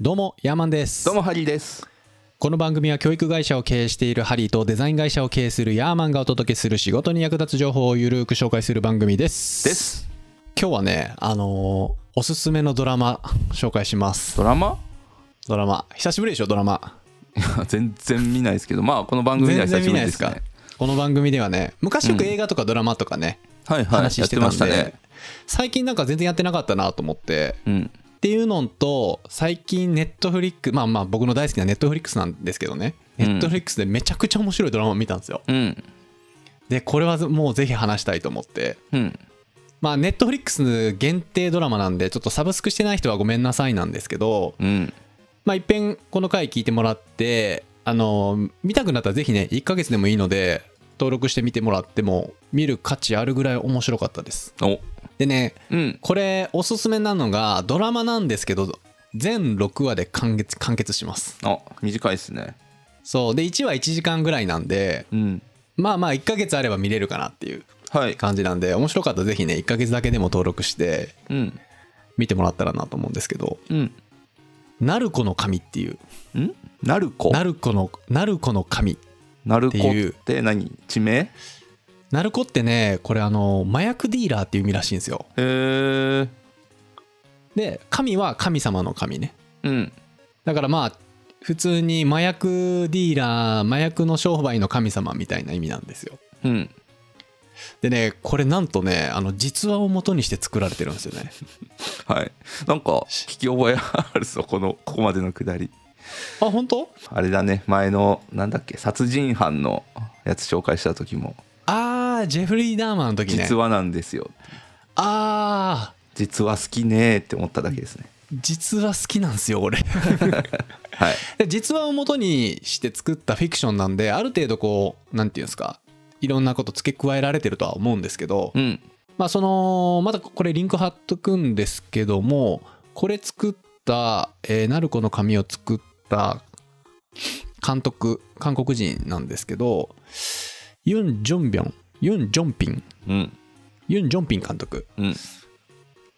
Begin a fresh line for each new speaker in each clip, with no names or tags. どうもヤーマンです
どうもハリーです。
この番組は教育会社を経営しているハリーとデザイン会社を経営するヤーマンがお届けする仕事に役立つ情報をゆるく紹介する番組です
です。
今日はねあのーおすすめのドラマ紹介します
ドラマ
ドラマ久しぶりでしょドラマ
全然見ないですけど、まあこの番組では久しぶりですか、ね。
この番組ではね昔よく映画とかドラマとかね、
はいはい。
話してた
やっ
ん
て
で
ましたね。
最近なんか全然やってなかったなと思って
うん。
っていうのと最近ネットフリックまあまあ僕の大好きなネットフリックスなんですけどね
う
ネ
ん
ットフリックスでめちゃくちゃ面白いドラマ見たんですよ、
うん。
でこれはずもうぜひ話したいと思って
うん。
まあネットフリックス限定ドラマなんでちょっとサブスクしてない人はごめんなさいなんですけど
うん。
まあ一遍この回聞いてもらってあの見たくなったらぜひね1ヶ月でもいいので登録してみてもらっても見る価値あるぐらい面白かったです
お。
でね
うん。
これおすすめなのがドラマなんですけど全6話で完結完結します
あ短いですね。
そうで1話1時間ぐらいなんで
うん。
まあまあ1ヶ月あれば見れるかなっていう
はい。
感じなんで面白かったらぜひね1ヶ月だけでも登録して
うん。
見てもらったらなと思うんですけど
うん。
「ナルコの神」っていうん
ナル
「
コ
ナルコのナルコの神
ナルコ
っていう
って何地名へ」
ナルコってねこれあの麻薬ディーラーっていう意味らしいんですよ
え。
で神は神様の神ね
うん。
だからまあ普通に麻薬ディーラー麻薬の商売の神様みたいな意味なんですよ
うん。
でねこれなんとねあの実話を元にして作られてるんですよね
はい。なんか聞き覚えあるぞ、この、ここまでのくだり。
あ本当
あれだね、前の、なんだっけ、殺人犯のやつ紹介した時も、
あージェフリー・ダーマンの時ね
実はなんですよ。
ああ
実は好きねーって思っただけですね。
実は好きなんですよ俺
はい。
で実話を元にして作ったフィクションなんである程度こうなんていうんですかいろんなこと付け加えられてるとは思うんですけど、
うん。
まあそのまたこれリンク貼っとくんですけどもこれ作った、えーナルコの髪を作った監督韓国人なんですけどユン・ジョンビョンユン・ジョンピン
うん。
ユン・ジョンピン監督
うん。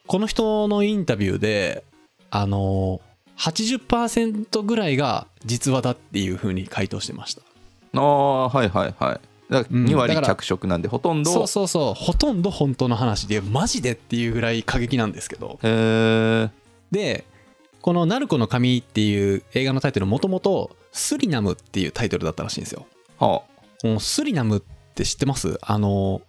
この人のインタビューであの80%ぐらいが実話だっていう風に回答してました
ああ、はいはいはい。だから2
うんだ
割
から
着色なんで、ほとんど。
そうそうそうほとんど本当の話でマジでっていうぐらい過激なんですけど
へえ。
でこの「ナルコの髪」っていう映画のタイトルもともと「スリナム」っていうタイトルだったらしいんですよ
はあ。
このスリナムって知ってますあの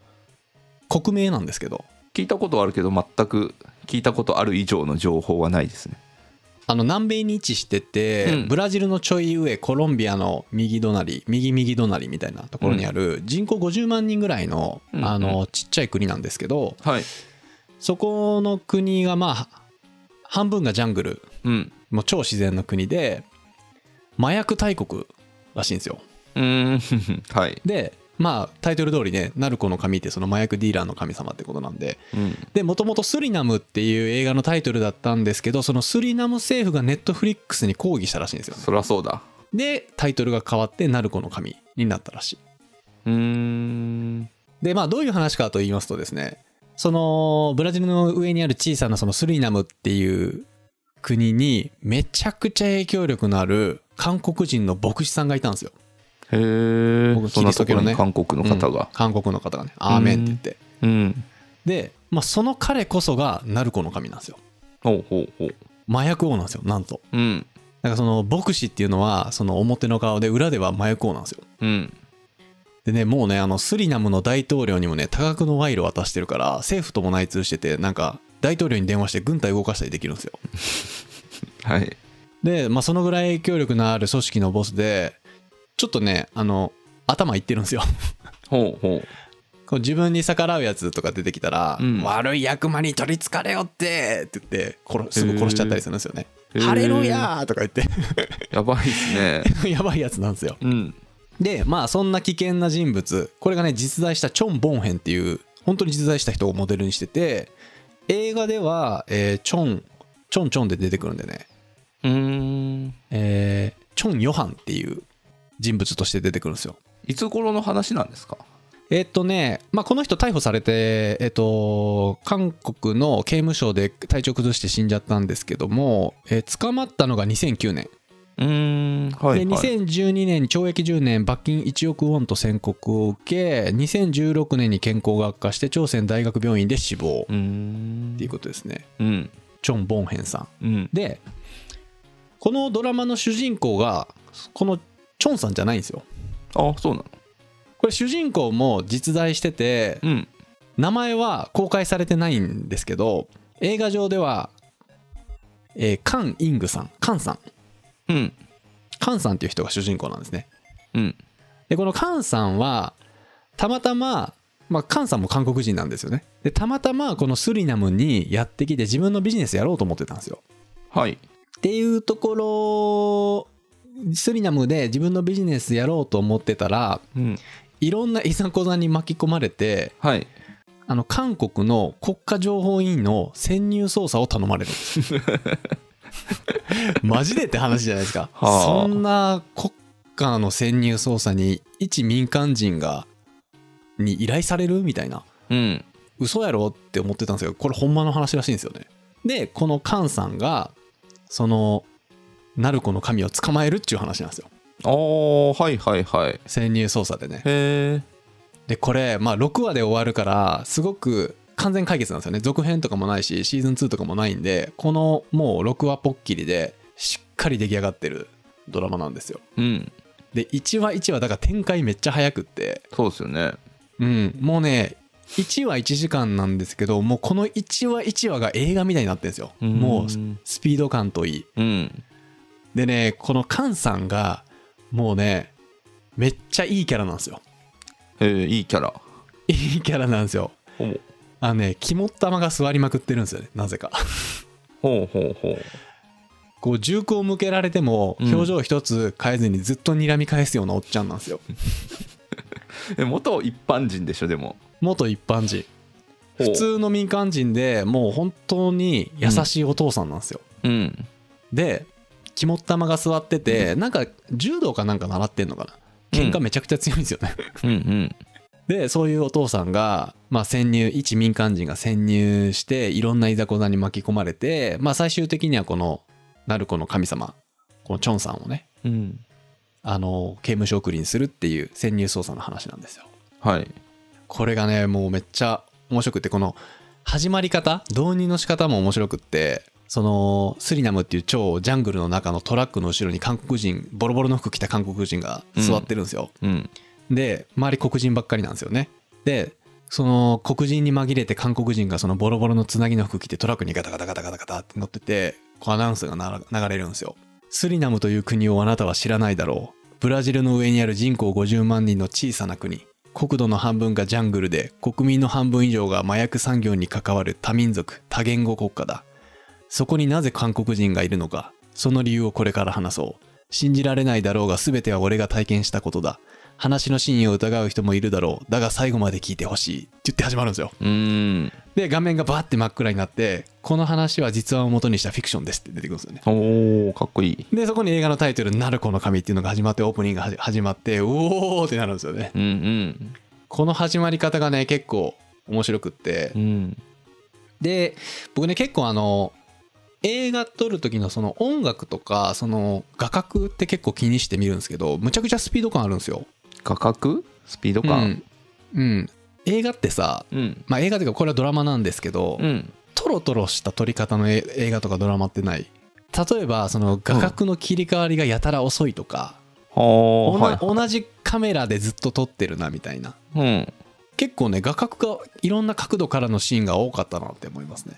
国名なんですけど
聞いたことはあるけど、全く聞いたことある以上の情報はないですね。
あの南米に位置してて、
うん
ブラジルのちょい上コロンビアの右隣右右隣みたいなところにある人口50万人ぐらいの,、
うん
あ
う
のちっちゃい国なんですけど
はい。
そこの国がまあ半分がジャングル
うん。
もう超自然の国で麻薬大国らしいんですよ
うーん。 はい。
でまあタイトル通りねナルコの神ってその麻薬ディーラーの神様ってことなんで
うん。
でもともとスリナムっていう映画のタイトルだったんですけどそのスリナム政府がネットフリックスに抗議したらしいんですよね
そりゃそうだ。
でタイトルが変わって「ナルコの神」になったらしいう
ーん。
でまあどういう話かと言いますとですねそのブラジルの上にある小さなそのスリナムっていう国にめちゃくちゃ影響力のある韓国人の牧師さんがいたんですよ
へえ。
僕
そんなところに韓国の方が。
韓国の方がね「アーメン」って言って
うん。
で、まあ、その彼こそがナルコの神なんですよ
ほうほうほう。
麻薬王なんですよなんと
うん。
だからその牧師っていうのはその表の顔で裏では麻薬王なんですよ
うん。
でねもうねあのスリナムの大統領にもね多額の賄賂を渡してるから政府とも内通しててなんか大統領に電話して軍隊動かしたりできるんですよ
はい。
で、まあ、そのぐらい影響力のある組織のボスでちょっとねあの頭いってるんですよ
ほうほう。
こう自分に逆らうやつとか出てきたら、
うん
悪い悪魔に取りつかれよってって言って殺すぐ殺しちゃったりするんですよね
へー
ハレルヤーとか言っ
やばいですね。
て やばいやつなんですよ
うん。
でまあそんな危険な人物これがね実在したチョン・ボンヘンっていう本当に実在した人をモデルにしてて映画では、えーチョンチョンチョンで出てくるんでね、
うーん。
えーチョン・ヨハンっていう人物として出てくるんですよ
いつ頃の話なんですか
えっ、とね、まあ、この人逮捕されて、えっ、と、韓国の刑務所で体調崩して死んじゃったんですけども、えー捕まったのが2009年。
うーんはい、
で
はい、
2012年に懲役10年罰金1億ウォンと宣告を受け2016年に健康が悪化して朝鮮大学病院で死亡
うーん
っていうことですね
うん
チョン・ボンヘンさん
うん
でこのドラマの主人公がこのチョンさんじゃないんですよ
あそうなの
これ主人公も実在してて
うん
名前は公開されてないんですけど映画上では、えーカン・イングさんカンさん
うん
カンさんっていう人が主人公なんですね
うん
でこのカンさんはたまたま、まあ、カンさんも韓国人なんですよねでたまたまこのスリナムにやってきて自分のビジネスやろうと思ってたんですよ
はい
っていうところスリナムで自分のビジネスやろうと思ってたら
うん
いろんないざこざに巻き込まれて
はい
あの韓国の国家情報院の潜入捜査を頼 まれるんですマジでって話じゃないですか、
はあ
そんな国家の潜入捜査に一民間人がに依頼されるみたいな
うん
嘘やろって思ってたんですけどこれほんまの話らしいんですよねでこのカンさんがそのナルコの神を捕まえるっていう話なんですよ
ああはいはいはいへ
潜入捜査でね
え
でこれまあ6話で終わるからすごく完全解決なんですよね続編とかもないしシーズン2とかもないんでこのもう6話ポッキリでしっかり出来上がってるドラマなんですよ
うん
で1話1話だから展開めっちゃ早くって
そうですよね
うんもうね1話1時間なんですけどもうこの1話1話が映画みたいになってるんですよ
うーん
もうスピード感といい
うん
でねこのカンさんがもうねめっちゃいいキャラなんですよ
へえいいキャラ
いいキャラなんですよ
ほう
あのね肝っ玉が座りまくってるんですよねなぜか
ほうほうほう
こう銃口を向けられても
うん
表情一つ変えずにずっと睨み返すようなおっちゃんなんですよ
え元一般人でしょでも
元一般人
ほう
普通の民間人でもう本当に優しいお父さんなんですよ、
うん
で肝っ玉が座っててなんか柔道かなんか習ってんのかな
うん
喧嘩めちゃくちゃ強いんですよね、
うんうん
でそういうお父さんが、まあ、潜入一民間人が潜入していろんないざこざに巻き込まれて、まあ、最終的にはこのナルコの神様このチョンさんをね
うん
あの刑務所送りにするっていう潜入捜査の話なんですよ
はい
これがねもうめっちゃ面白くてこの始まり方導入の仕方も面白くってそのスリナムっていう超ジャングルの中のトラックの後ろに韓国人ボロボロの服着た韓国人が座ってるんですよ、
うん
で周り黒人ばっかりなんですよねでその黒人に紛れて韓国人がそのボロボロのつなぎの服着てトラックにガタガタガタガタガタって乗っててこうアナウンスがなら流れるんですよスリナムという国をあなたは知らないだろうブラジルの上にある人口50万人の小さな国国土の半分がジャングルで国民の半分以上が麻薬産業に関わる多民族多言語国家だそこになぜ韓国人がいるのかその理由をこれから話そう信じられないだろうが全ては俺が体験したことだ話の真意を疑う人もいるだろうだが最後まで聞いてほしいって言って始まるんですよ
うーん
で画面がバーって真っ暗になってこの話は実話を元にしたフィクションですって出てくるんですよね
おおかっこいい
でそこに映画のタイトル「ナルコの神」っていうのが始まってオープニングが始まっておおってなるんですよね
うんうん
この始まり方がね結構面白くって
うん
で僕ね結構あの映画撮る時のその音楽とかその画角って結構気にして見るんですけどむちゃくちゃスピード感あるんですよ。
価格スピード
う
感
んうん、映画ってさ
うん
まあ、映画というかこれはドラマなんですけど、
うん
トロトロした撮り方のえ映画とかドラマってない例えばその画角の切り替わりがやたら遅いとか、
はあ
おな
はい
同じカメラでずっと撮ってるなみたいな
うん
結構ね画角がいろんな角度からのシーンが多かったなって思いますね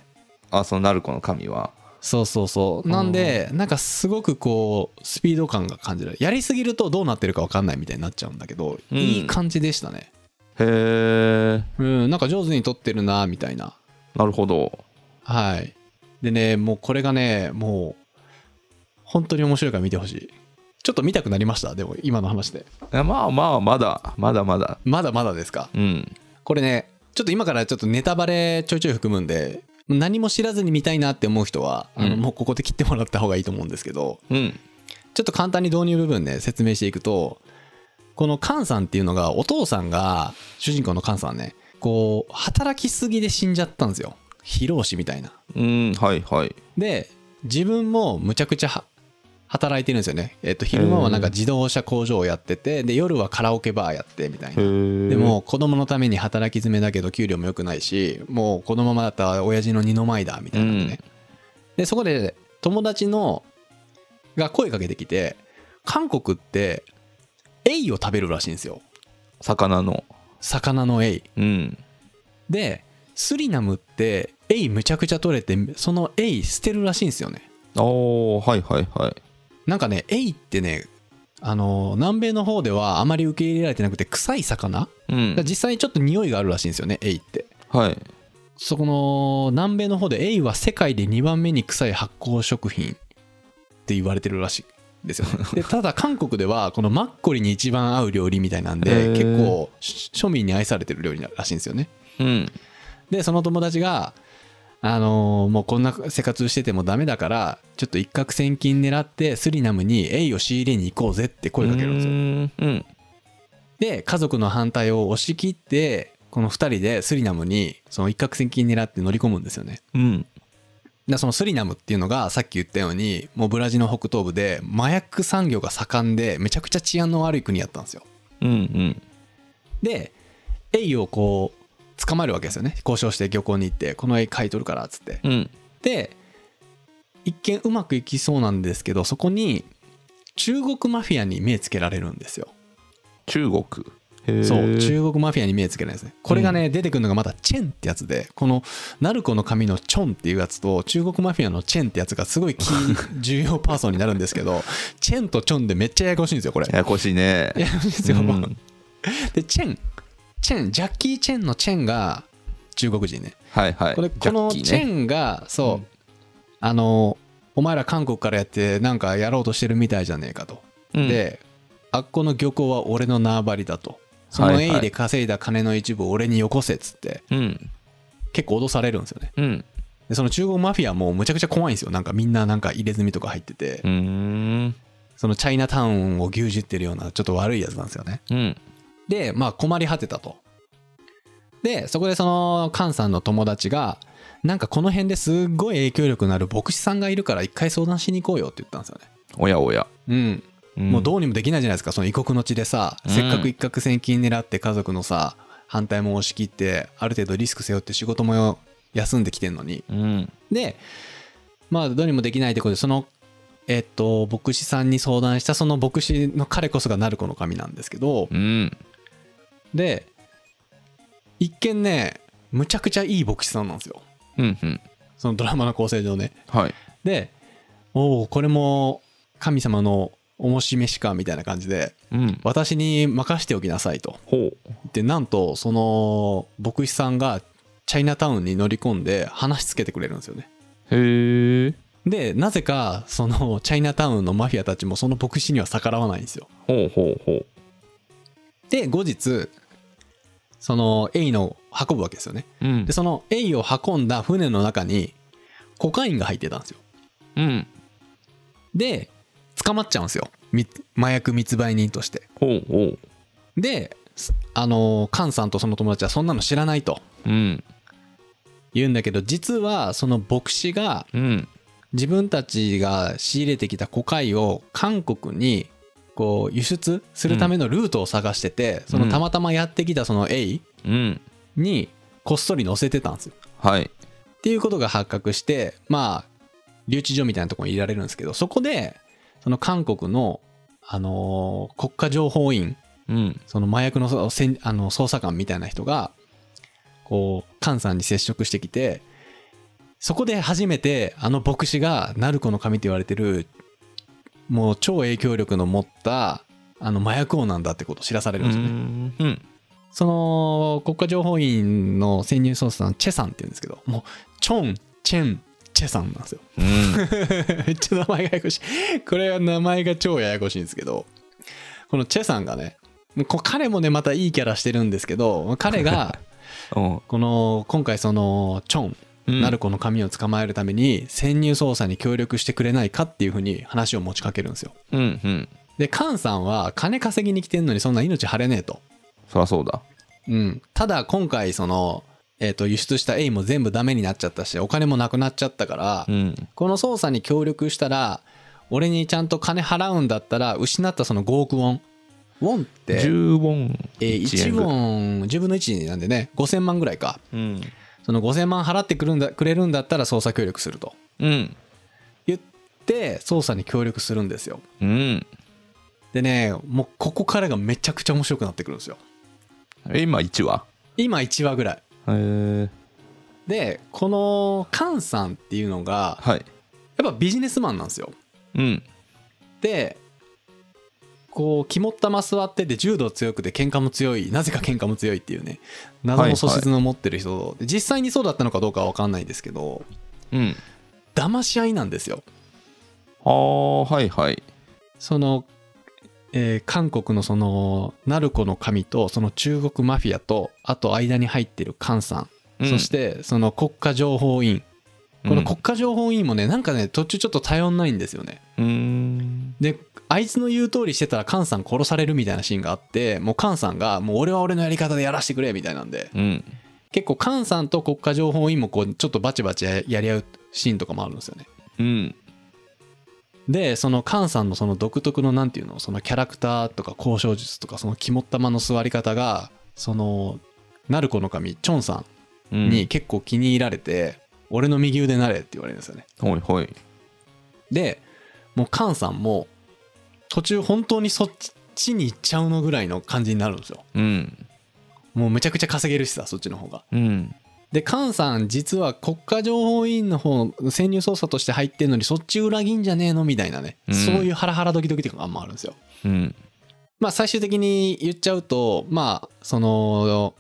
あそのナルコの神は
そうそうそうなんでなんかすごくこうスピード感が感じるやりすぎるとどうなってるか分かんないみたいになっちゃうんだけど、
うん
いい感じでしたね
へえ
うんなんか上手に撮ってるなみたいな
なるほど
はい。でね、もうこれがね、もう、本当に面白いから見てほしい。ちょっと見たくなりました、でも今の話で。
えまあまあまだまだまだ
まだまだですか。
うん
これね、ちょっと今からちょっとネタバレちょいちょい含むんで、何も知らずに見たいなって思う人は、あの
うん
もうここで切ってもらった方がいいと思うんですけど、
うん
ちょっと簡単に導入部分で説明していくと、このカンさんっていうのがお父さんが主人公のカンさんねこう働きすぎで死んじゃったんですよ疲労死みたいな
うんはいはい
で自分もむちゃくちゃは働いてるんですよね、えっと昼間はなんか自動車工場をやっててで夜はカラオケバーやってみたいな
で
でも子供のために働き詰めだけど給料も良くないしもうこのままだったら親父の二の舞だみたいなね、
うん
でそこで友達のが声かけてきて韓国ってエイを食べるらしいんですよ
魚の
魚のエイ
うん
でスリナムってエイむちゃくちゃ取れてそのエイ捨てるらしいんですよね
おおはいはいはい
なんかねエイってねあの南米の方ではあまり受け入れられてなくて臭い魚だか
うん
ら実際ちょっと匂いがあるらしいんですよねエイって
はい
そこの南米の方でエイは世界で2番目に臭い発酵食品って言われてるらしい ですよねでただ韓国ではこのマッコリに一番合う料理みたいなん
へ
で
ー
結構し庶民に愛されてる料理らしいんですよね
うん
でその友達があのーもうこんな生活しててもダメだからちょっと一攫千金狙ってスリナムにエイを仕入れに行こうぜって声かけるんですよ
すようん
で家族の反対を押し切ってこの2人でスリナムにその一攫千金狙って乗り込むんですよね
うん
でそのスリナムっていうのがさっき言ったようにもうブラジルの北東部で麻薬産業が盛んでめちゃくちゃ治安の悪い国やったんですよ
うんうん
でエイをこう捕まえるわけですよね交渉して漁港に行ってこのエイ買い取るからっつって
うん
で一見うまくいきそうなんですけどそこに中国マフィアに目つけられるんですよ
中国へえ
そう中国マフィアに目つけないですねこれがね、出てくるのがまたチェンってやつでこのナルコの髪のチョンっていうやつと中国マフィアのチェンってやつがすごいキー重要パーソンになるんですけどチェンとチョンでめっちゃややこしいんですよこれや
ややこしいね
やこしいんですよ、
うん
でチェンチェンジャッキー・チェンのチェンが中国人ね
はいはい
これこのチェ
ン
ンがそう、
うん
あのお前ら韓国からやってなんかやろうとしてるみたいじゃねえかとで、あっこの漁港は俺の縄張りだと。その
はいはい
エイで稼いだ金の一部を俺によこせっつって、
うん
結構脅されるんですよね。
うん
で、その中国マフィアもむちゃくちゃ怖いんですよ。なんかみんななんか入れ墨とか入ってて
う、ん
そのチャイナタウンを牛耳ってるようなちょっと悪いやつなんですよね。
うん
で、まあ困り果てたと。で、そこでそのカンさんの友達が、なんかこの辺ですっごい影響力のある牧師さんがいるから一回相談しに行こうよって言ったんですよね。
おやおや
うん。
ん
もうどうにもできないじゃないですかその異国の地でさ、
うん
せっかく一攫千金狙って家族のさ反対も押し切ってある程度リスク背負って仕事も休んできてんのに
うん
でまあどうにもできないってことでそのえっと牧師さんに相談したその牧師の彼こそがなる子の神なんですけど
うん
で一見ねむちゃくちゃいい牧師さんなんですよ
うんうん
そのドラマの構成上ね
はい
でおおこれも神様のおもしめしかみたいな感じで
うん
私に任しておきなさいと
ほ
言ってなんとその牧師さんがチャイナタウンに乗り込んで話しつけてくれるんですよね
うへえ
でなぜかそのチャイナタウンのマフィアたちもその牧師には逆らわないんですよ
ほうほうほう
で後日そのエイの運ぶわけですよね
うん
でそのエイを運んだ船の中にコカインが入ってたんですよ
うん
で捕まっちゃうんですよみ麻薬密売人として
ほうほう
であのカンさんとその友達はそんなの知らないと
うん
言うんだけど実はその牧師が
うん
自分たちが仕入れてきたコカイを韓国にこう輸出するためのルートを探してて、そのたまたまやってきたそのエイ
うん
にこっそり載せてたんですよ。
はい
っていうことが発覚してまあ留置所みたいなところに入れられるんですけどそこでその韓国の、あのー国家情報院
うん
その麻薬のそうせんあの捜査官みたいな人がこう菅さんに接触してきてそこで初めてあの牧師が鳴子の神と言われてるもう超影響力の持ったあの麻薬王なんだってことを知らされ
う
るんですよね、
んうん
その国家情報院の潜入捜査官チェさんって言うんですけどもうチョンチェンチェさんなんですよ めっちゃ名前がややこしいこれは名前が超ややこしいんですけどこのチェさんがねもうこ彼もねまたいいキャラしてるんですけど彼 が
うん
この今回そのチョン
うん
ナルコの髪を捕まえるために潜入捜査に協力してくれないかっていうふうに話を持ちかけるんですよ
うんうん
でカンさんは金稼ぎに来てんのにそんな命張れねえと、
そりゃそうだ。
うん、ただ今回その、えー、と輸出したエイも全部ダメになっちゃったしお金もなくなっちゃったから、
うん。
この捜査に協力したら俺にちゃんと金払うんだったら失ったその5億ウォンウォンって、
10ウォン。
えー1ウ
ン。
ォン10分の1なんでね5000万ぐらいか
うん。
その5000万払ってくるんだくれるんだったら捜査協力すると
うん。
言って捜査に協力するんですよ
うん。
でねもうここからがめちゃくちゃ面白くなってくるんですよ
え今1話
今1話ぐらい
へえ。
でこのカンさんっていうのが
はい。
やっぱビジネスマンなんですよ
うん。
でこう肝っ玉座ってて柔道強くて喧嘩も強いなぜか喧嘩も強いっていうね謎の素質の持ってる人、で実際にそうだったのかどうかは分かんないんですけど
うん。
騙し合いなんですよ
ああ、はいはい。
その、えー韓国のそのナルコの神とその中国マフィアとあと間に入ってるカンさん、そし、てその国家情報院この国家情報院もねなんかね途中ちょっと頼んないんですよね
うん。
であいつの言う通りしてたらカンさん殺されるみたいなシーンがあってもうカンさんがもう俺は俺のやり方でやらせてくれみたいなんで
うん。
結構カンさんと国家情報院もこうちょっとバチバチやり合うシーンとかもあるんですよね
うん。
でそのカンさんのその独特のなんていうのそのキャラクターとか交渉術とかその肝っ玉の座り方がそのナルコの神チョンさ
うんん。
に。結構気に入られて、俺の右腕なれって言われるんですよね
ほいほい。
でもうカンさんも途中本当にそっちに行っちゃうのぐらいの感じになるんですよ
うん。
もうめちゃくちゃ稼げるしさそっちの方が
うん。
でカンさん実は国家情報委員の方潜入捜査として入ってんのにそっち裏切んじゃねえのみたいなね、
うん
そういうハラハラドキドキとかもあるんですよ
うん。
まあ最終的に言っちゃうとまあその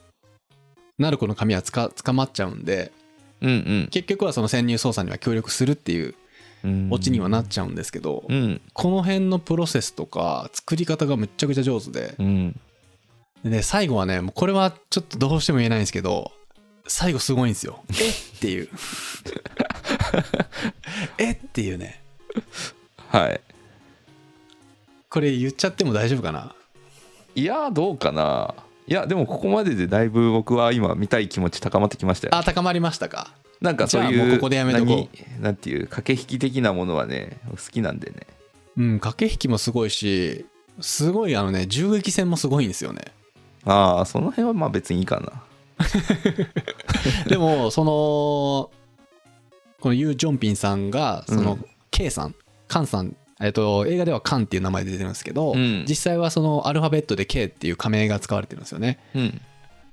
ナルコの髪はつか捕まっちゃうんで
うん。
結局はその潜入捜査には協力するっていう
うん。
オチにはなっちゃうんですけど、
うん。
この辺のプロセスとか作り方がめっちゃくちゃ上手で
うん。
でね最後はねもうこれはちょっとどうしても言えないんですけど最後すごいんですよえっていう えっていうね
はい。
これ言っちゃっても大丈夫かない
や、どうかな。いや、でもここまででだいぶ僕は今見たい気持ち高まってきましたよ。
あ高まりましたか
なんかそう
じゃあ
い
もう
う
ここでやめとこ
何なんていう駆け引き的なものはね好きなんでね
うん駆け引きもすごいしすごいあのね銃撃戦もすごいんですよね
ああその辺はまあ別にいいかな
でもそのこのユー・ジョンピンさんがそうの
ん
K さんカンさんえっと映画ではカンっていう名前で出てるんですけど、
うん
実際はそのアルファベットで K っていう仮名が使われてるんですよね
うん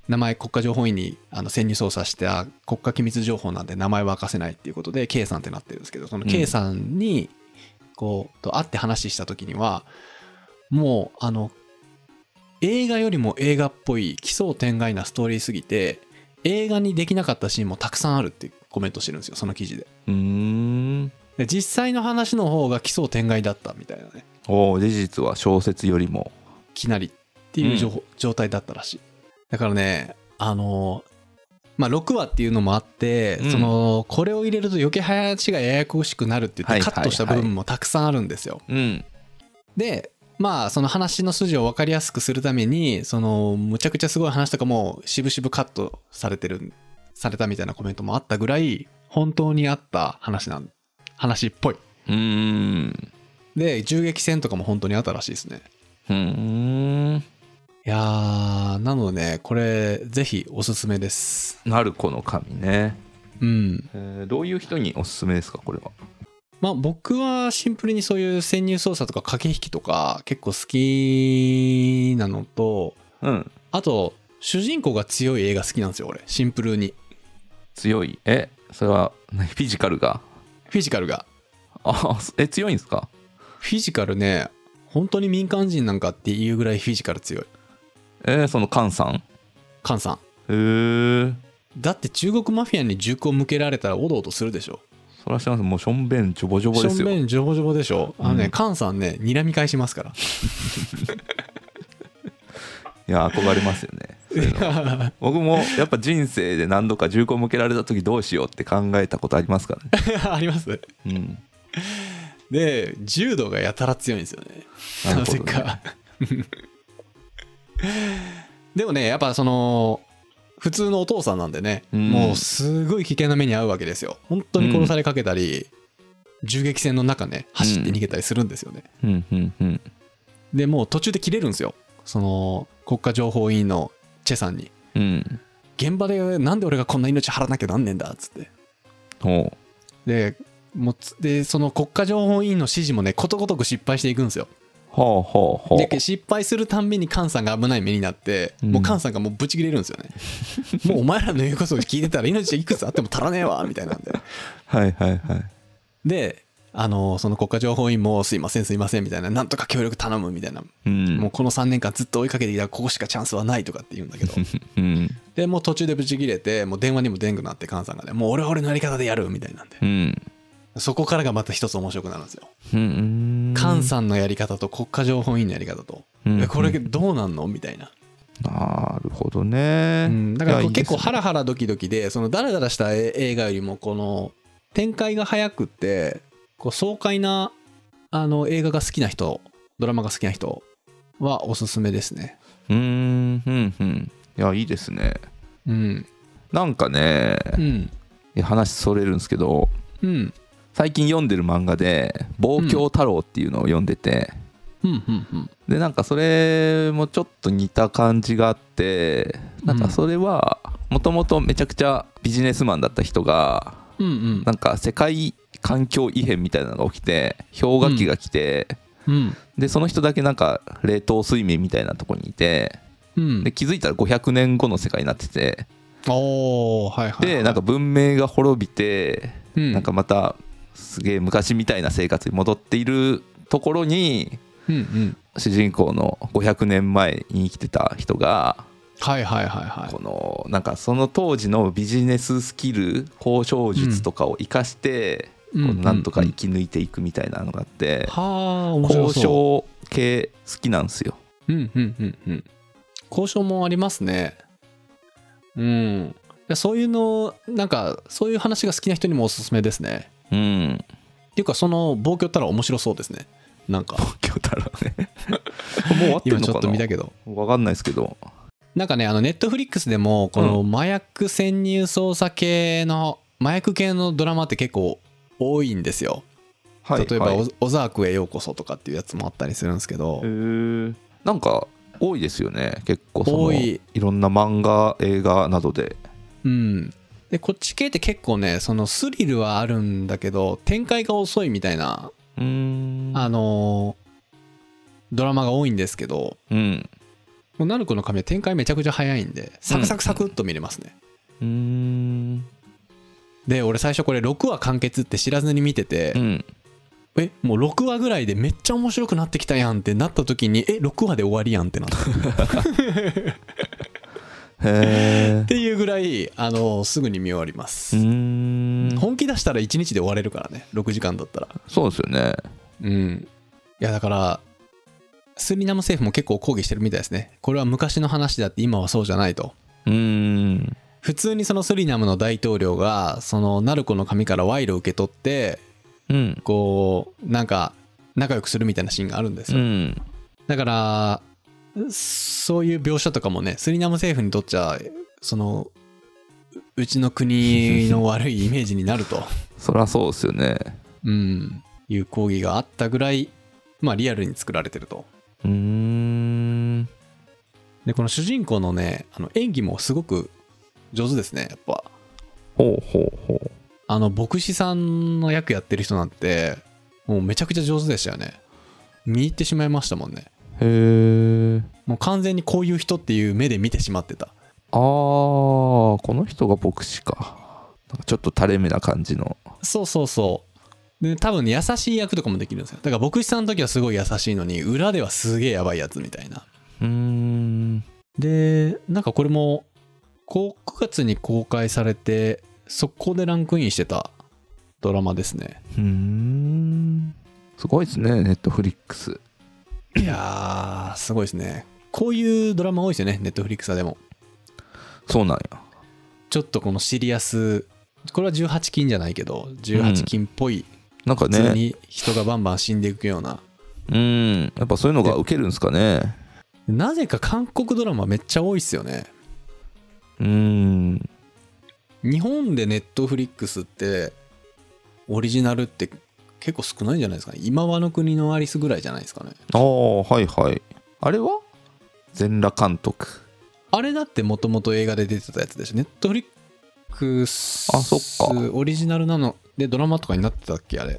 名前国家情報院にあの潜入捜査した国家機密情報なんで名前は明かせないっていうことで K さんってなってるんですけどその
うん
K さんにこうと会って話した時にはもうあの映画よりも映画っぽい奇想天外なストーリーすぎて映画にできなかったシーンもたくさんあるってコメントしてるんですよその記事で
うーん
で実際の話の方が奇想天外だったみたいなね
おお事実は小説よりも
きなりっていう状,、状態だったらしいだからねあのまあ6話っていうのもあって、
うん
そのこれを入れると余計話がややこしくなるって言
は
っ
い
て
はい
カットした部分もたくさんあるんですよ、
うん
でまあその話の筋を分かりやすくするためにそのむちゃくちゃすごい話とかも渋々カットされてるされたみたいなコメントもあったぐらい本当にあった話なん話っぽいう
ーん
で銃撃戦とかも本当にあったらしいですね
うーん
いやー、なのでね、これ、ぜひおすすめです。
なるこの神ね、
うん。
えーどういう人におすすめですかこれは
まあ、僕はシンプルにそういう潜入捜査とか駆け引きとか結構好きなのと、
うん
あと、主人公が強い映画好きなんですよ、俺。シンプルに。
強いえそれは何フィジカルが
フィジカルが。
あーえ強いんですか
フィジカルね、本当に民間人なんかっていうぐらいフィジカル強い。
えーその菅さんへ
カンさん。
えー、
だって中国マフィアに銃口を向けられたらおどおどするでしょ。
そらしてますもうしょんべんジョボジョボです
正
よ
面ジョボジョボでしょ。あのね、
うん
カンさんね、睨み返しますから。
いや憧れますよねそういうの僕もやっぱ人生で何度 か銃口向けられた時どうしようって考えたことありますからね、
あります
うん、
で柔道がやたら強いんですよね
なる
な
ほど
ぜ
ね
か でもねやっぱその普通のお父さんなんでね、
うん
もうすごい危険な目に遭うわけですよ本当に殺されかけたり、銃撃戦の中ね走って逃げたりするんですよね、
うんうんうん
でもう途中で切れるんですよその国家情報委員のチェさんに
うん
現場でなんで俺がこんな命張らなきゃなんねえんだっつって
ほ
でもうつでその国家情報委員の指示もねことごとく失敗していくんですよ
うほうほうほう
で失敗するたんびに菅さんが危ない目になって、
うん
もう菅さんがもうブチ切れるんですよね もうお前らの言うことを聞いてたら命いくつあっても足らねえわみたいなんで
はいはいはい
であのその国家情報委員もすいませんすいませんみたいななんとか協力頼むみたいな、
うん
もうこの3年間ずっと追いかけてきたらここしかチャンスはないとかって言うんだけど
うん
でもう途中でブチ切れてもう電話にも出んくなって菅さんがねもう俺は俺のやり方でやるみたいなんで
うん
そこからがまた一つ面白くなるんですよ
うん
菅さんのやり方と国家情報委員のやり方と、
うん
えこれどうなんのみたいな
なるほどね、
だからこ
いや
う
いいで
結
す
構
ね
ハラハラドキドキでそのダラダラしたえ映画よりもこの展開が早くってこう爽快なあの映画が好きな人ドラマが好きな人はおすすめですね。
うーんうんうんいやいいですね
うん
なんかね、
うん
いや話それるんですけど
うん
最近読んでる漫画で「望郷太郎」っていうのを読んでて、
うんうんうん
でなんかそれもちょっと似た感じがあってなんかそれはもともとめちゃくちゃビジネスマンだった人が
うんうん
なんか世界環境異変みたいなのが起きて氷河期が来て、
うん
でその人だけなんか冷凍睡眠みたいなとこにいて
うん
で気づいたら500年後の世界になってて
おーはいはいはい
でなんか文明が滅びて
うん
なんかまたすげえ昔みたいな生活に戻っているところに
うんうん
主人公の500年前に生きてた人が
はいはいはいはい
このなんかその当時のビジネススキル交渉術とかを生かしてこ
うん
うなんとか生き抜いていくみたいなのがあって
はあ面白
交
そ
渉系好きなんですよ。
ううんうんうんうん交渉もありますねうんでそういうのなんかそういう話が好きな人にもおすすめですね
うん
っていうかその暴挙ったら面白そうですねなん か
京太郎 ねもう終わってん
今
の
ちょっと
か
見
な
たけど
分かんないですけど
なんかねあのネットフリックスでもこの
う
麻薬潜入捜査系の麻薬系のドラマって結構多いんですよ、
はい
例えば、
はい
オ「オザークへようこそ」とかっていうやつもあったりするんですけど、
へーなんか多いですよね結構その
多
い
い
ろんな漫画映画などで
うん、でこっち系って結構ねそのスリルはあるんだけど展開が遅いみたいな、
うーん
あのードラマが多いんですけど
うん
もうナルコの髪は展開めちゃくちゃ早いんでサクサクサクっと見れますね、
うーん
で俺最初これ6話完結って知らずに見てて、
うん
えもう6話ぐらいでめっちゃ面白くなってきたやんってなった時にえ6話で終わりやんってなった っ
へえ
ていうぐらい、あのーすぐに見終わります、
ん
本気出したら1日で終われるからね6時間だったら
そうですよね
うん。いや、だから、スリナム政府も結構抗議してるみたいですね。これは昔の話だって今はそうじゃないと。
うーん
普通にそのスリナムの大統領が、そのナルコの神から賄賂を受け取って、
うん
こう、なんか、仲良くするみたいなシーンがあるんです
う
よ。
ん
だから、そういう描写とかもね、スリナム政府にとっちゃ、その、ううちの国の悪いイメージになると、
そりゃそうですよね
うん、いう抗議があったぐらい、まあリアルに作られてると。
うーん
でこの主人公のねあの演技もすごく上手ですねやっぱ
ほうほうほう
あの牧師さんの役やってる人なんてもうめちゃくちゃ上手でしたよね見入ってしまいましたもんね
へえ
もう完全にこういう人っていう目で見てしまってた
あーこの人が牧師かなんかちょっと垂れ目な感じの
そうそうそうで多分ね優しい役とかもできるんですよだから牧師さんの時はすごい優しいのに裏ではすげえやばいやつみたいな
うーん
でなんかこれもこう9月に公開されて速攻でランクインしてたドラマですね
うーんすごいですねネットフリックス
いやー、すごいですね。こういうドラマ多いですよね、ネットフリックスでも。
そうなんや
ちょっとこのシリアス、これは18禁じゃないけど、18禁っぽい
なんか
普通
ね
に人がバンバン死んでいくような。
うんやっぱそういうのが受けるんですかね
なぜか韓国ドラマめっちゃ多いっすよね。
うん
日本でネットフリックスってオリジナルって結構少ないんじゃないですかね。今はの国のアリスぐらいじゃないですかね。
ああはいはいあれは全裸監督
あれだってもともと映画で出てたやつでしょ。ネットフリックス
あそっか
オリジナルなのでドラマとかになってたっけあれ。
い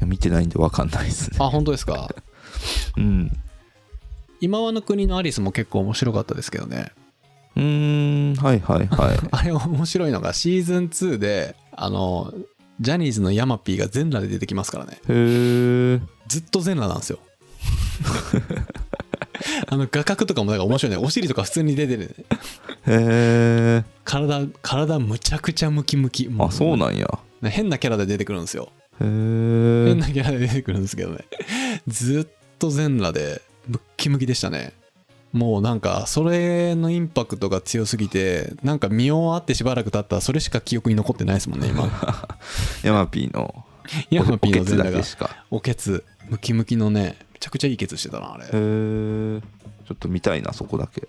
や見てないんでわかんないですね
あ、本当ですか。
うん
今はの国のアリスも結構面白かったですけどね。
うーんはいはい はい
あれ面白いのがシーズン2で、あの、ジャニーズのヤマピーが全裸で出てきますからね。
へえ
ずっと全裸なんですよ。 あの画角とかもなんか面白いね。お尻とか普通に出てる、ね。
へえ
体、体むちゃくちゃムキムキ。も
あそうなんや
ね変なキャラで出てくるんですよ。
へ
変
え
なキャラで出てくるんですけどね。ずっと全裸で、ムッキムキでしたね。もうなんか、それのインパクトが強すぎて、なんか身をあってしばらく経ったら、それしか記憶に残ってないですもんね、今。
ヤマピーの
ヤマピーの
おけつ
全
だ
裸
け
が。
しか
おけつ、ムキムキのね、めちゃくちゃいいケツしてたな、あれ
へ。えちょっと見たいなそこだけ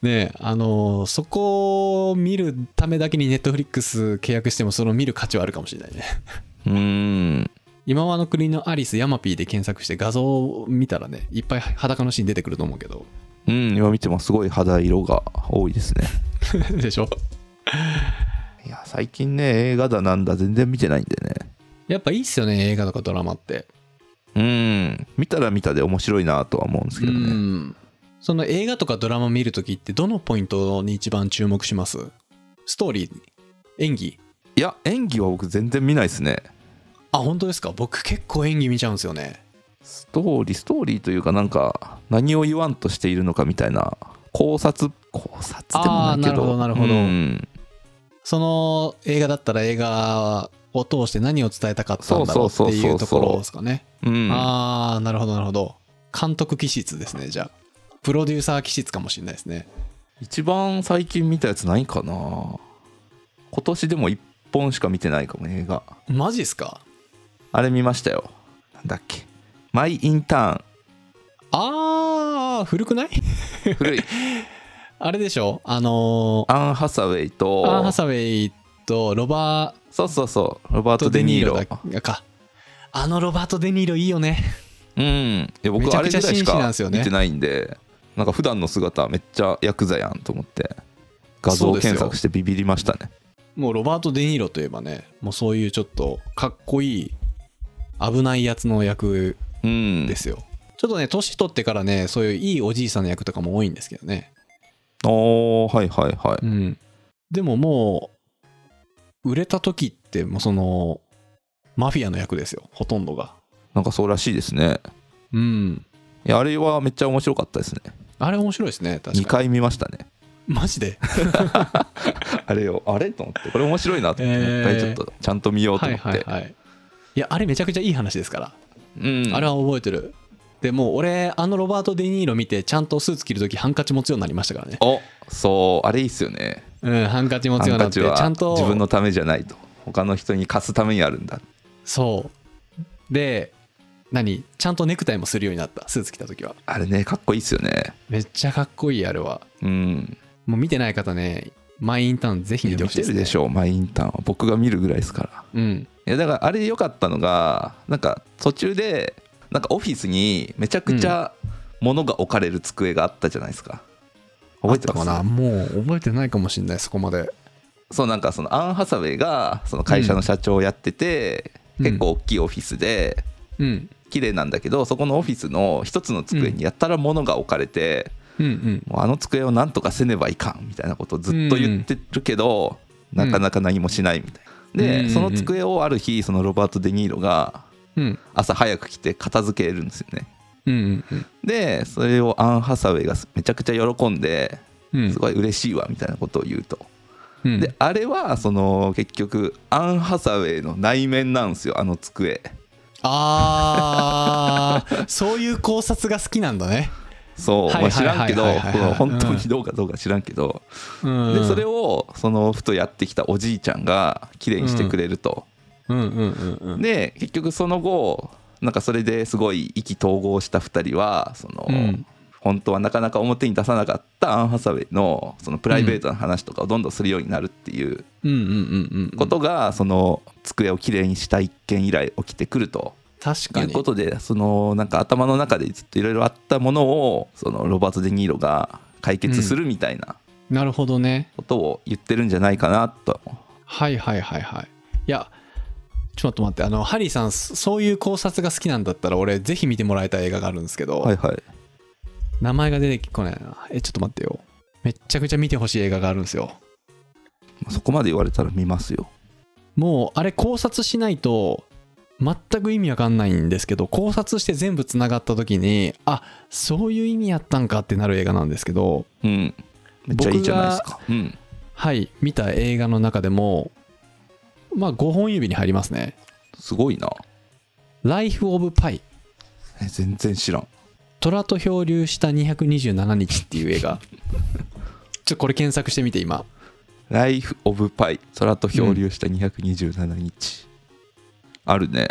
ねえあのーそこを見るためだけにネットフリックス契約してもその見る価値はあるかもしれないね
うーん
今はあの国のアリスヤマピーで検索して画像を見たらねいっぱい裸のシーン出てくると思うけど
うん今見てもすごい肌色が多いですね
でしょ
いや最近ね映画だなんだ全然見てないんでね
やっぱいいっすよね映画とかドラマって、
うん見たら見たで面白いなとは思うんですけ
う
どね
んその映画とかドラマ見るときってどのポイントに一番注目しますストーリー演技
いや演技は僕全然見ないですね
あ本当ですか僕結構演技見ちゃうんですよね
ストーリーストーリーというかなんか何を言わんとしているのかみたいな考察考察でもないけど
あーなるほどなるほど
うん
その映画だったら映画を通して何を伝えたかったんだろうって
そうそうそうそうそう
いうところですかね。
うん
ああ、なるほど、なるほど。監督気質ですね、じゃあ。プロデューサー気質かもしれないですね。
一番最近見たやつないかな今年でも1本しか見てないかも映画
マジっすか
あれ見ましたよなんだっけマイ・インタ
ああ、古くない
ーン古い
あれでしょあの
アン・ハサウェイと
ー、アン・ハサウェイとロバ
そうそうそうロバ
ー
ー
ト・
ト・
デ
デ・
ニ
ニ
ー
ー
ロ
ロ
だか。あのロバート・デ・ニーロいいよね。
うんい
め
や僕
ちゃ
あ
く
れ
ちゃ
ぐらいし
紳士なん
か
ですよね
見てないんでなんか普段の姿めっちゃヤクザやんと思って画像
そうですよ
検索してビビりましたね
もうロバート・デ・ニーロといえばね、もうそういうちょっとかっこいい、危ないやつの役
うん
ですよ。ちょっとね、年取ってからね、そういういいおじいさんの役とかも多いんですけどね。
おーはいはいは
う
い
ん。でももう、売れた時って、もうその、マフィアの役ですよ、ほとんどが。
なんかそうらしいですね
うん。
いやあれはめっちゃ面白かったですね
あれ面白いですね、確
2
かに。
回見ましたね
マジで
あれをあれと思ってこれ面白いなと思って、
えー
もう一回ちょっとちゃんと見ようと
は
思
い
って、
はいはい。いや、あれめちゃくちゃいい話ですから。
うん、
あれは覚えてる。でもう俺、あのロバート・デ・ニーロ見て、ちゃんとスーツ着るときハンカチ持つようになりましたからね。
おそうあれいいっすよね
うん、ハンカチ持つ
ハ
ように
ン
なっ
カ
て、ち
チは
ゃんと
自分のためじゃないと他の人に貸すためにあるんだ
そう。で、何ちゃんとネクタイもするようになった、スーツ着た時は。
あれねかっこいいっすよね
めっちゃかっこいい、あれは。
うん
もう見てない方ね、マイインターンぜひ見
見
て
て
ほしいです、
る
ね。
でしょうマイインターンは僕が見るぐらいですから
うん。
いやだからあれ良かったのがなんか途中でなんかオフィスにめちゃくちゃ物が置かれる机があったじゃないですか、覚えて
あ
ま
っ
す
たかなもう覚えてないかもしれない、そこまで。
そうなんかそのアン・ハサウェイがその会社の社長をやってて、
うん
結構大きいオフィスで
うん。
綺麗なんだけどそこのオフィスの一つの机にやったら物が置かれて、
うんうん。
もうあの机をなんとかせねばいかんみたいなことをずっと言ってるけど、
ん
なかなか何もしないみたいな。で、
うん
その机をある日そのロバート・デ・ニーロが
うん。
朝早く来て片付けるんですよね。
うんうんうん。
でそれをアン・ハサウェイがめちゃくちゃ喜んで
うん、
すごい嬉しいわみたいなことを言うと。
うん、
であれはその結局アン・ハサウェイの内面なんですよあの机
あーそういう考察が好きなんだね
そう、
はい
まあ、知らんけど
は
こ
いはいはいはい
の本当にどうかどうか知らんけど、
うん、
でそれをそのふとやってきたおじいちゃんが綺麗にしてくれると、
うんうんうんうん
で結局その後なんかそれですごい意気投合した2人はその、
うん
本当はなかなか表に出さなかったアン・ハサウェイのそのプライベートな話とかをどんどんするようになるっていう
うんうんうんうん
ことが、その机をきれいにした一件以来起きてくると
確
い
か
う
に
ことでそのなんか頭の中でずっといろいろあったものをそのロバート・デ・ニーロが解決するみたいな
なるほどね
ことを言ってるんじゃないかなと。
はいはいはいはいいやちょっと待ってあのハリーさんそそういう考察が好きなんだったら俺ぜひ見てもらいたい映画があるんですけど、
はいはい、
名前が出てこないなえちょっと待ってよめっちゃくちゃ見てほしい映画があるんですよ
そこまで言われたら見ますよ。
もうあれ考察しないと全く意味わかんないんですけど考察して全部つながった時にあそういう意味やったんかってなる映画なんですけど
うん、めっちゃいいじゃないですか。うん、
はい見た映画の中でもまあ5本指に入りますね
すごいな。
「ライフ・オブ・パイ
え全然知らん。
虎と漂流した227日」っていう映画ちょっとこれ検索してみて今
ライフ・オブ・パイ、空と漂流した227日。あるね。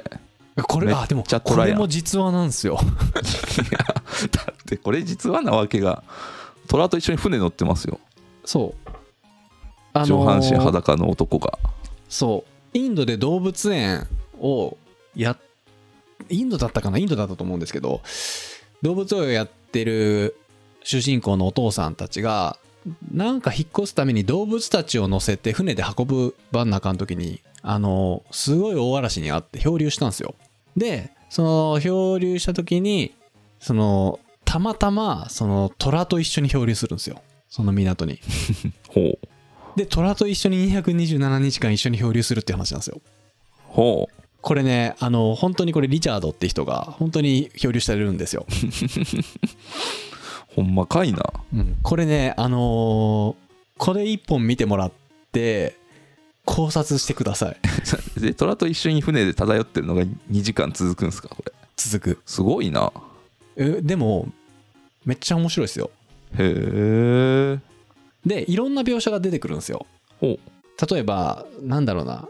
これ
め
あ
っ
でも
ちゃ
こ
虎やん
れも実話なんですよ
だってこれ実はなわけが、虎と一緒に船乗ってますよ。
そうあのー
上半身裸の男が。
そうインドで動物園をやっインドだったかなインドだったと思うんですけど動物園をやってる主人公のお父さんたちがなんか引っ越すために動物たちを乗せて船で運ぶバンナカの時にあのすごい大嵐にあって漂流したんですよでその漂流した時にそのたまたまその虎と一緒に漂流するんですよその港に
ほう。
で虎と一緒に227日間一緒に漂流するっていう話なんですよ
ほう。
これねあの本当にこれリチャードって人が本当に漂流してるんですよ、
ほんまかいな。
これねあのーこれ一本見てもらって考察してください
で、虎と一緒に船で漂ってるのが2時間続くんですか、これ。
続く
すごいな。
えでもめっちゃ面白いですよ
へえ。
でいろんな描写が出てくるんですよ
ほう。
例えばなんだろうな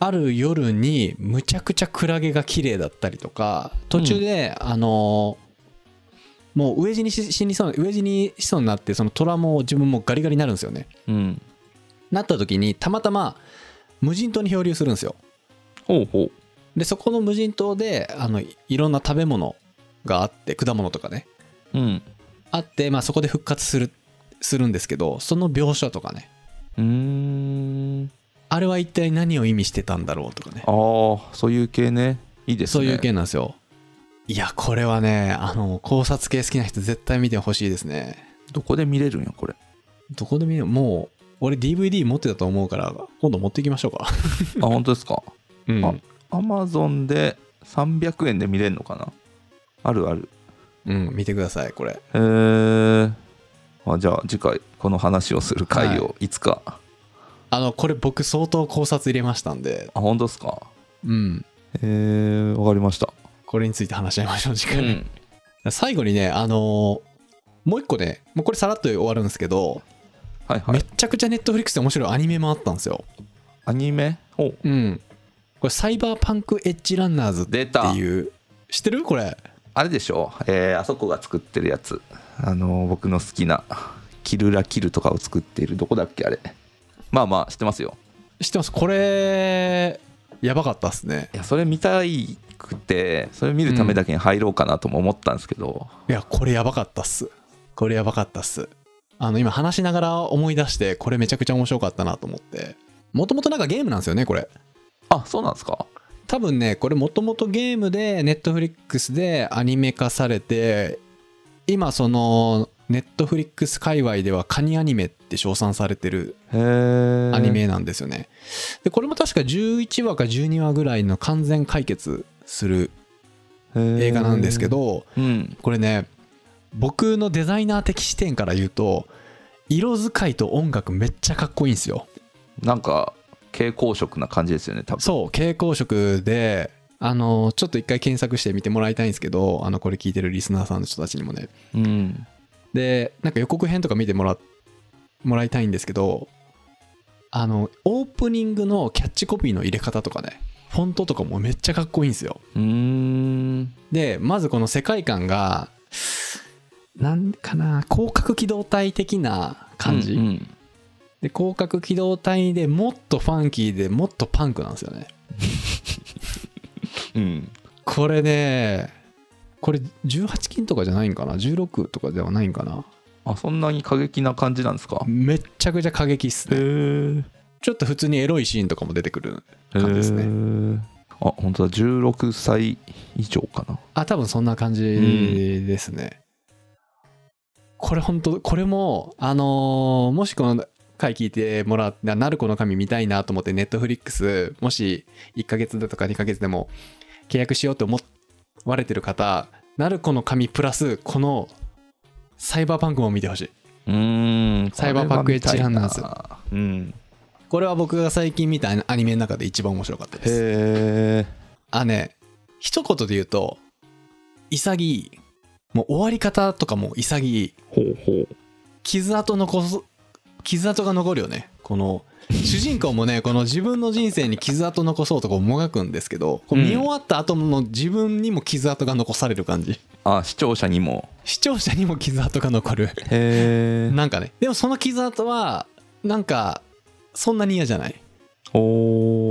ある夜にむちゃくちゃクラゲが綺麗だったりとか途中で、あのーもう飢え死にし死にそう飢え死にしそうになってその虎も自分もガリガリになるんですよね
うん。
なった時にたまたま無人島に漂流するんですよ
ほうほう。
でそこの無人島であのいいろんな食べ物があって果物とかね
うん。
あって、まあ、そこで復活するするんですけどその描写とかね
うーん。
あれは一体何を意味してたんだろうとかね
ああ、そういう系ね。いいです
そ
ね。
ういう系なんですよいやこれはねあの考察系好きな人絶対見てほしいですね
どこで見れるんや、これ。
どこで見ようもう俺 DVD 持ってたと思うから今度持っていきましょうか
あ、本当ですか。
うん
あアマゾンで300円で見れるのかなあるある。
うん、見てくださいこれ
へえ。あじゃあ次回この話をする回
は
をいつか。
あのこれ僕相当考察入れましたんで
あ、本当ですか。
うん
へえ、わかりました。
これについて話し合いましょう次
う
回、
ん。
最後にねあのーもう一個ねもうこれさらっと終わるんですけど、
はいは
め
い。
っちゃくちゃネットフリックスで面白いアニメもあったんですよ
アニメお
うんこれサイバーパンクエッジランナーズって
出た。
いう知ってるこれ
あれでしょえーあそこが作ってるやつ。あのー僕の好きな、キルラキルとかを作っている、どこだっけあれ。まあまあ、知ってますよ。
知ってますこれやばかったっすね
いや、それ見たいくて、それ見るためだけに入ろうかなとも思ったんですけど、
いやこれやばかったっすこれやばかったっすあの今話しながら思い出してこれめちゃくちゃ面白かったなと思ってもともとなんかゲームなんですよねこれ
あ、そうなんですか
多分ねこれもともとゲームでネットフリックスでアニメ化されて今そのネットフリックス界隈ではカニアニメって称賛されてる
へえ。
アニメなんですよねでこれも確か11話か12話ぐらいの完全解決する映
映
画なんですけ、ど
うん、
これね僕のデザイナー的視点から言うと色使いと音楽めっちゃかっこいいんですよ
なんか蛍光色な感じですよね多分
そう蛍光色であのちょっと一回検索してみてもらいたいんですけどあのこれ聞いてるリスナーさんの人たちにもね
うん
でなんか予告編とか見てもらもらいたいんですけどあのオープニングのキャッチコピーの入れ方とかねフォントとかもめっちゃかっこいいんですよ
うーん
でまずこの世界観がなんかな広角機動隊的な感じ、
うんうん
で広角機動隊でもっとファンキーでもっとパンクなんですよね
うん
これねこれ18金とかじゃないんかな16とかではないんかな
あそんなに過激な感じなんですか
めっちゃくちゃ過激っすね
え
ちょっと普通にエロいシーンとかも出てくる感じですね
ねあ本当だ16歳以上かな
あ多分そんな感じですね、これ本当これもあのーもしこの回聞いてもらってなるこの神見たいなと思ってネットフリックスもし1ヶ月だとか2ヶ月でも契約しようと思われてる方なるこの神プラスこのサイバーパンクも見てほしい
うん
サイバーパンクエッジランナーズ
これは見たいなうん
これは僕が最近見たアニメの中で一番面白かったです
へえ
あね一言で言うと潔いもう終わり方とかも潔い
ほうほう
傷跡残す傷跡が残るよねこの主人公もね この自分の人生に傷跡残そうとこうもがくんですけどこう
うん
見終わった後の自分にも傷跡が残される感じ、
あ視聴者にも
視聴者にも傷跡が残る
へ
なんかねでもその傷跡はなんかそんなに嫌じゃない
お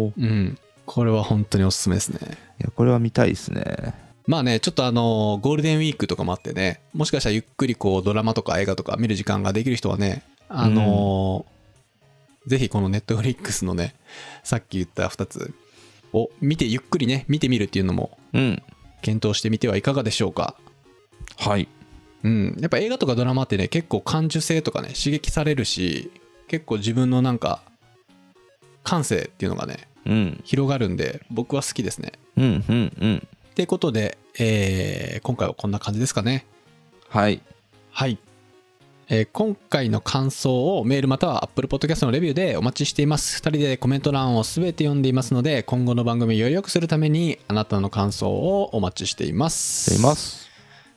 お
うんこれは本当におすすめですね
いやこれは見たいですね
まあねちょっとあのゴールデンウィークとかもあってねもしかしたらゆっくりこうドラマとか映画とか見る時間ができる人はねあのーぜひこのネットフリックスのねさっき言った2つを見てゆっくりね見てみるっていうのも
うん
検討してみてはいかがでしょうか
はい
うんやっぱ映画とかドラマってね結構感受性とかね刺激されるし結構自分のなんか感性っていうのがね
うん
広がるんで僕は好きですね
うんうんうん
ってことで、えー今回はこんな感じですかね
はい
はい、えー今回の感想をメールまたは Apple Podcast のレビューでお待ちしています2人でコメント欄を全て読んでいますので今後の番組をより良くするためにあなたの感想をお待ちしています
出ます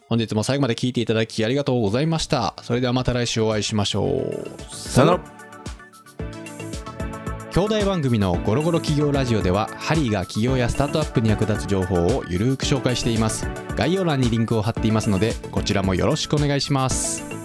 本日も最後まで聞いていただきありがとうございましたそれではまた来週お会いしましょう
さよなら
兄弟番組のゴロゴロ企業ラジオではハリーが企業やスタートアップに役立つ情報をゆるーく紹介しています概要欄にリンクを貼っていますのでこちらもよろしくお願いします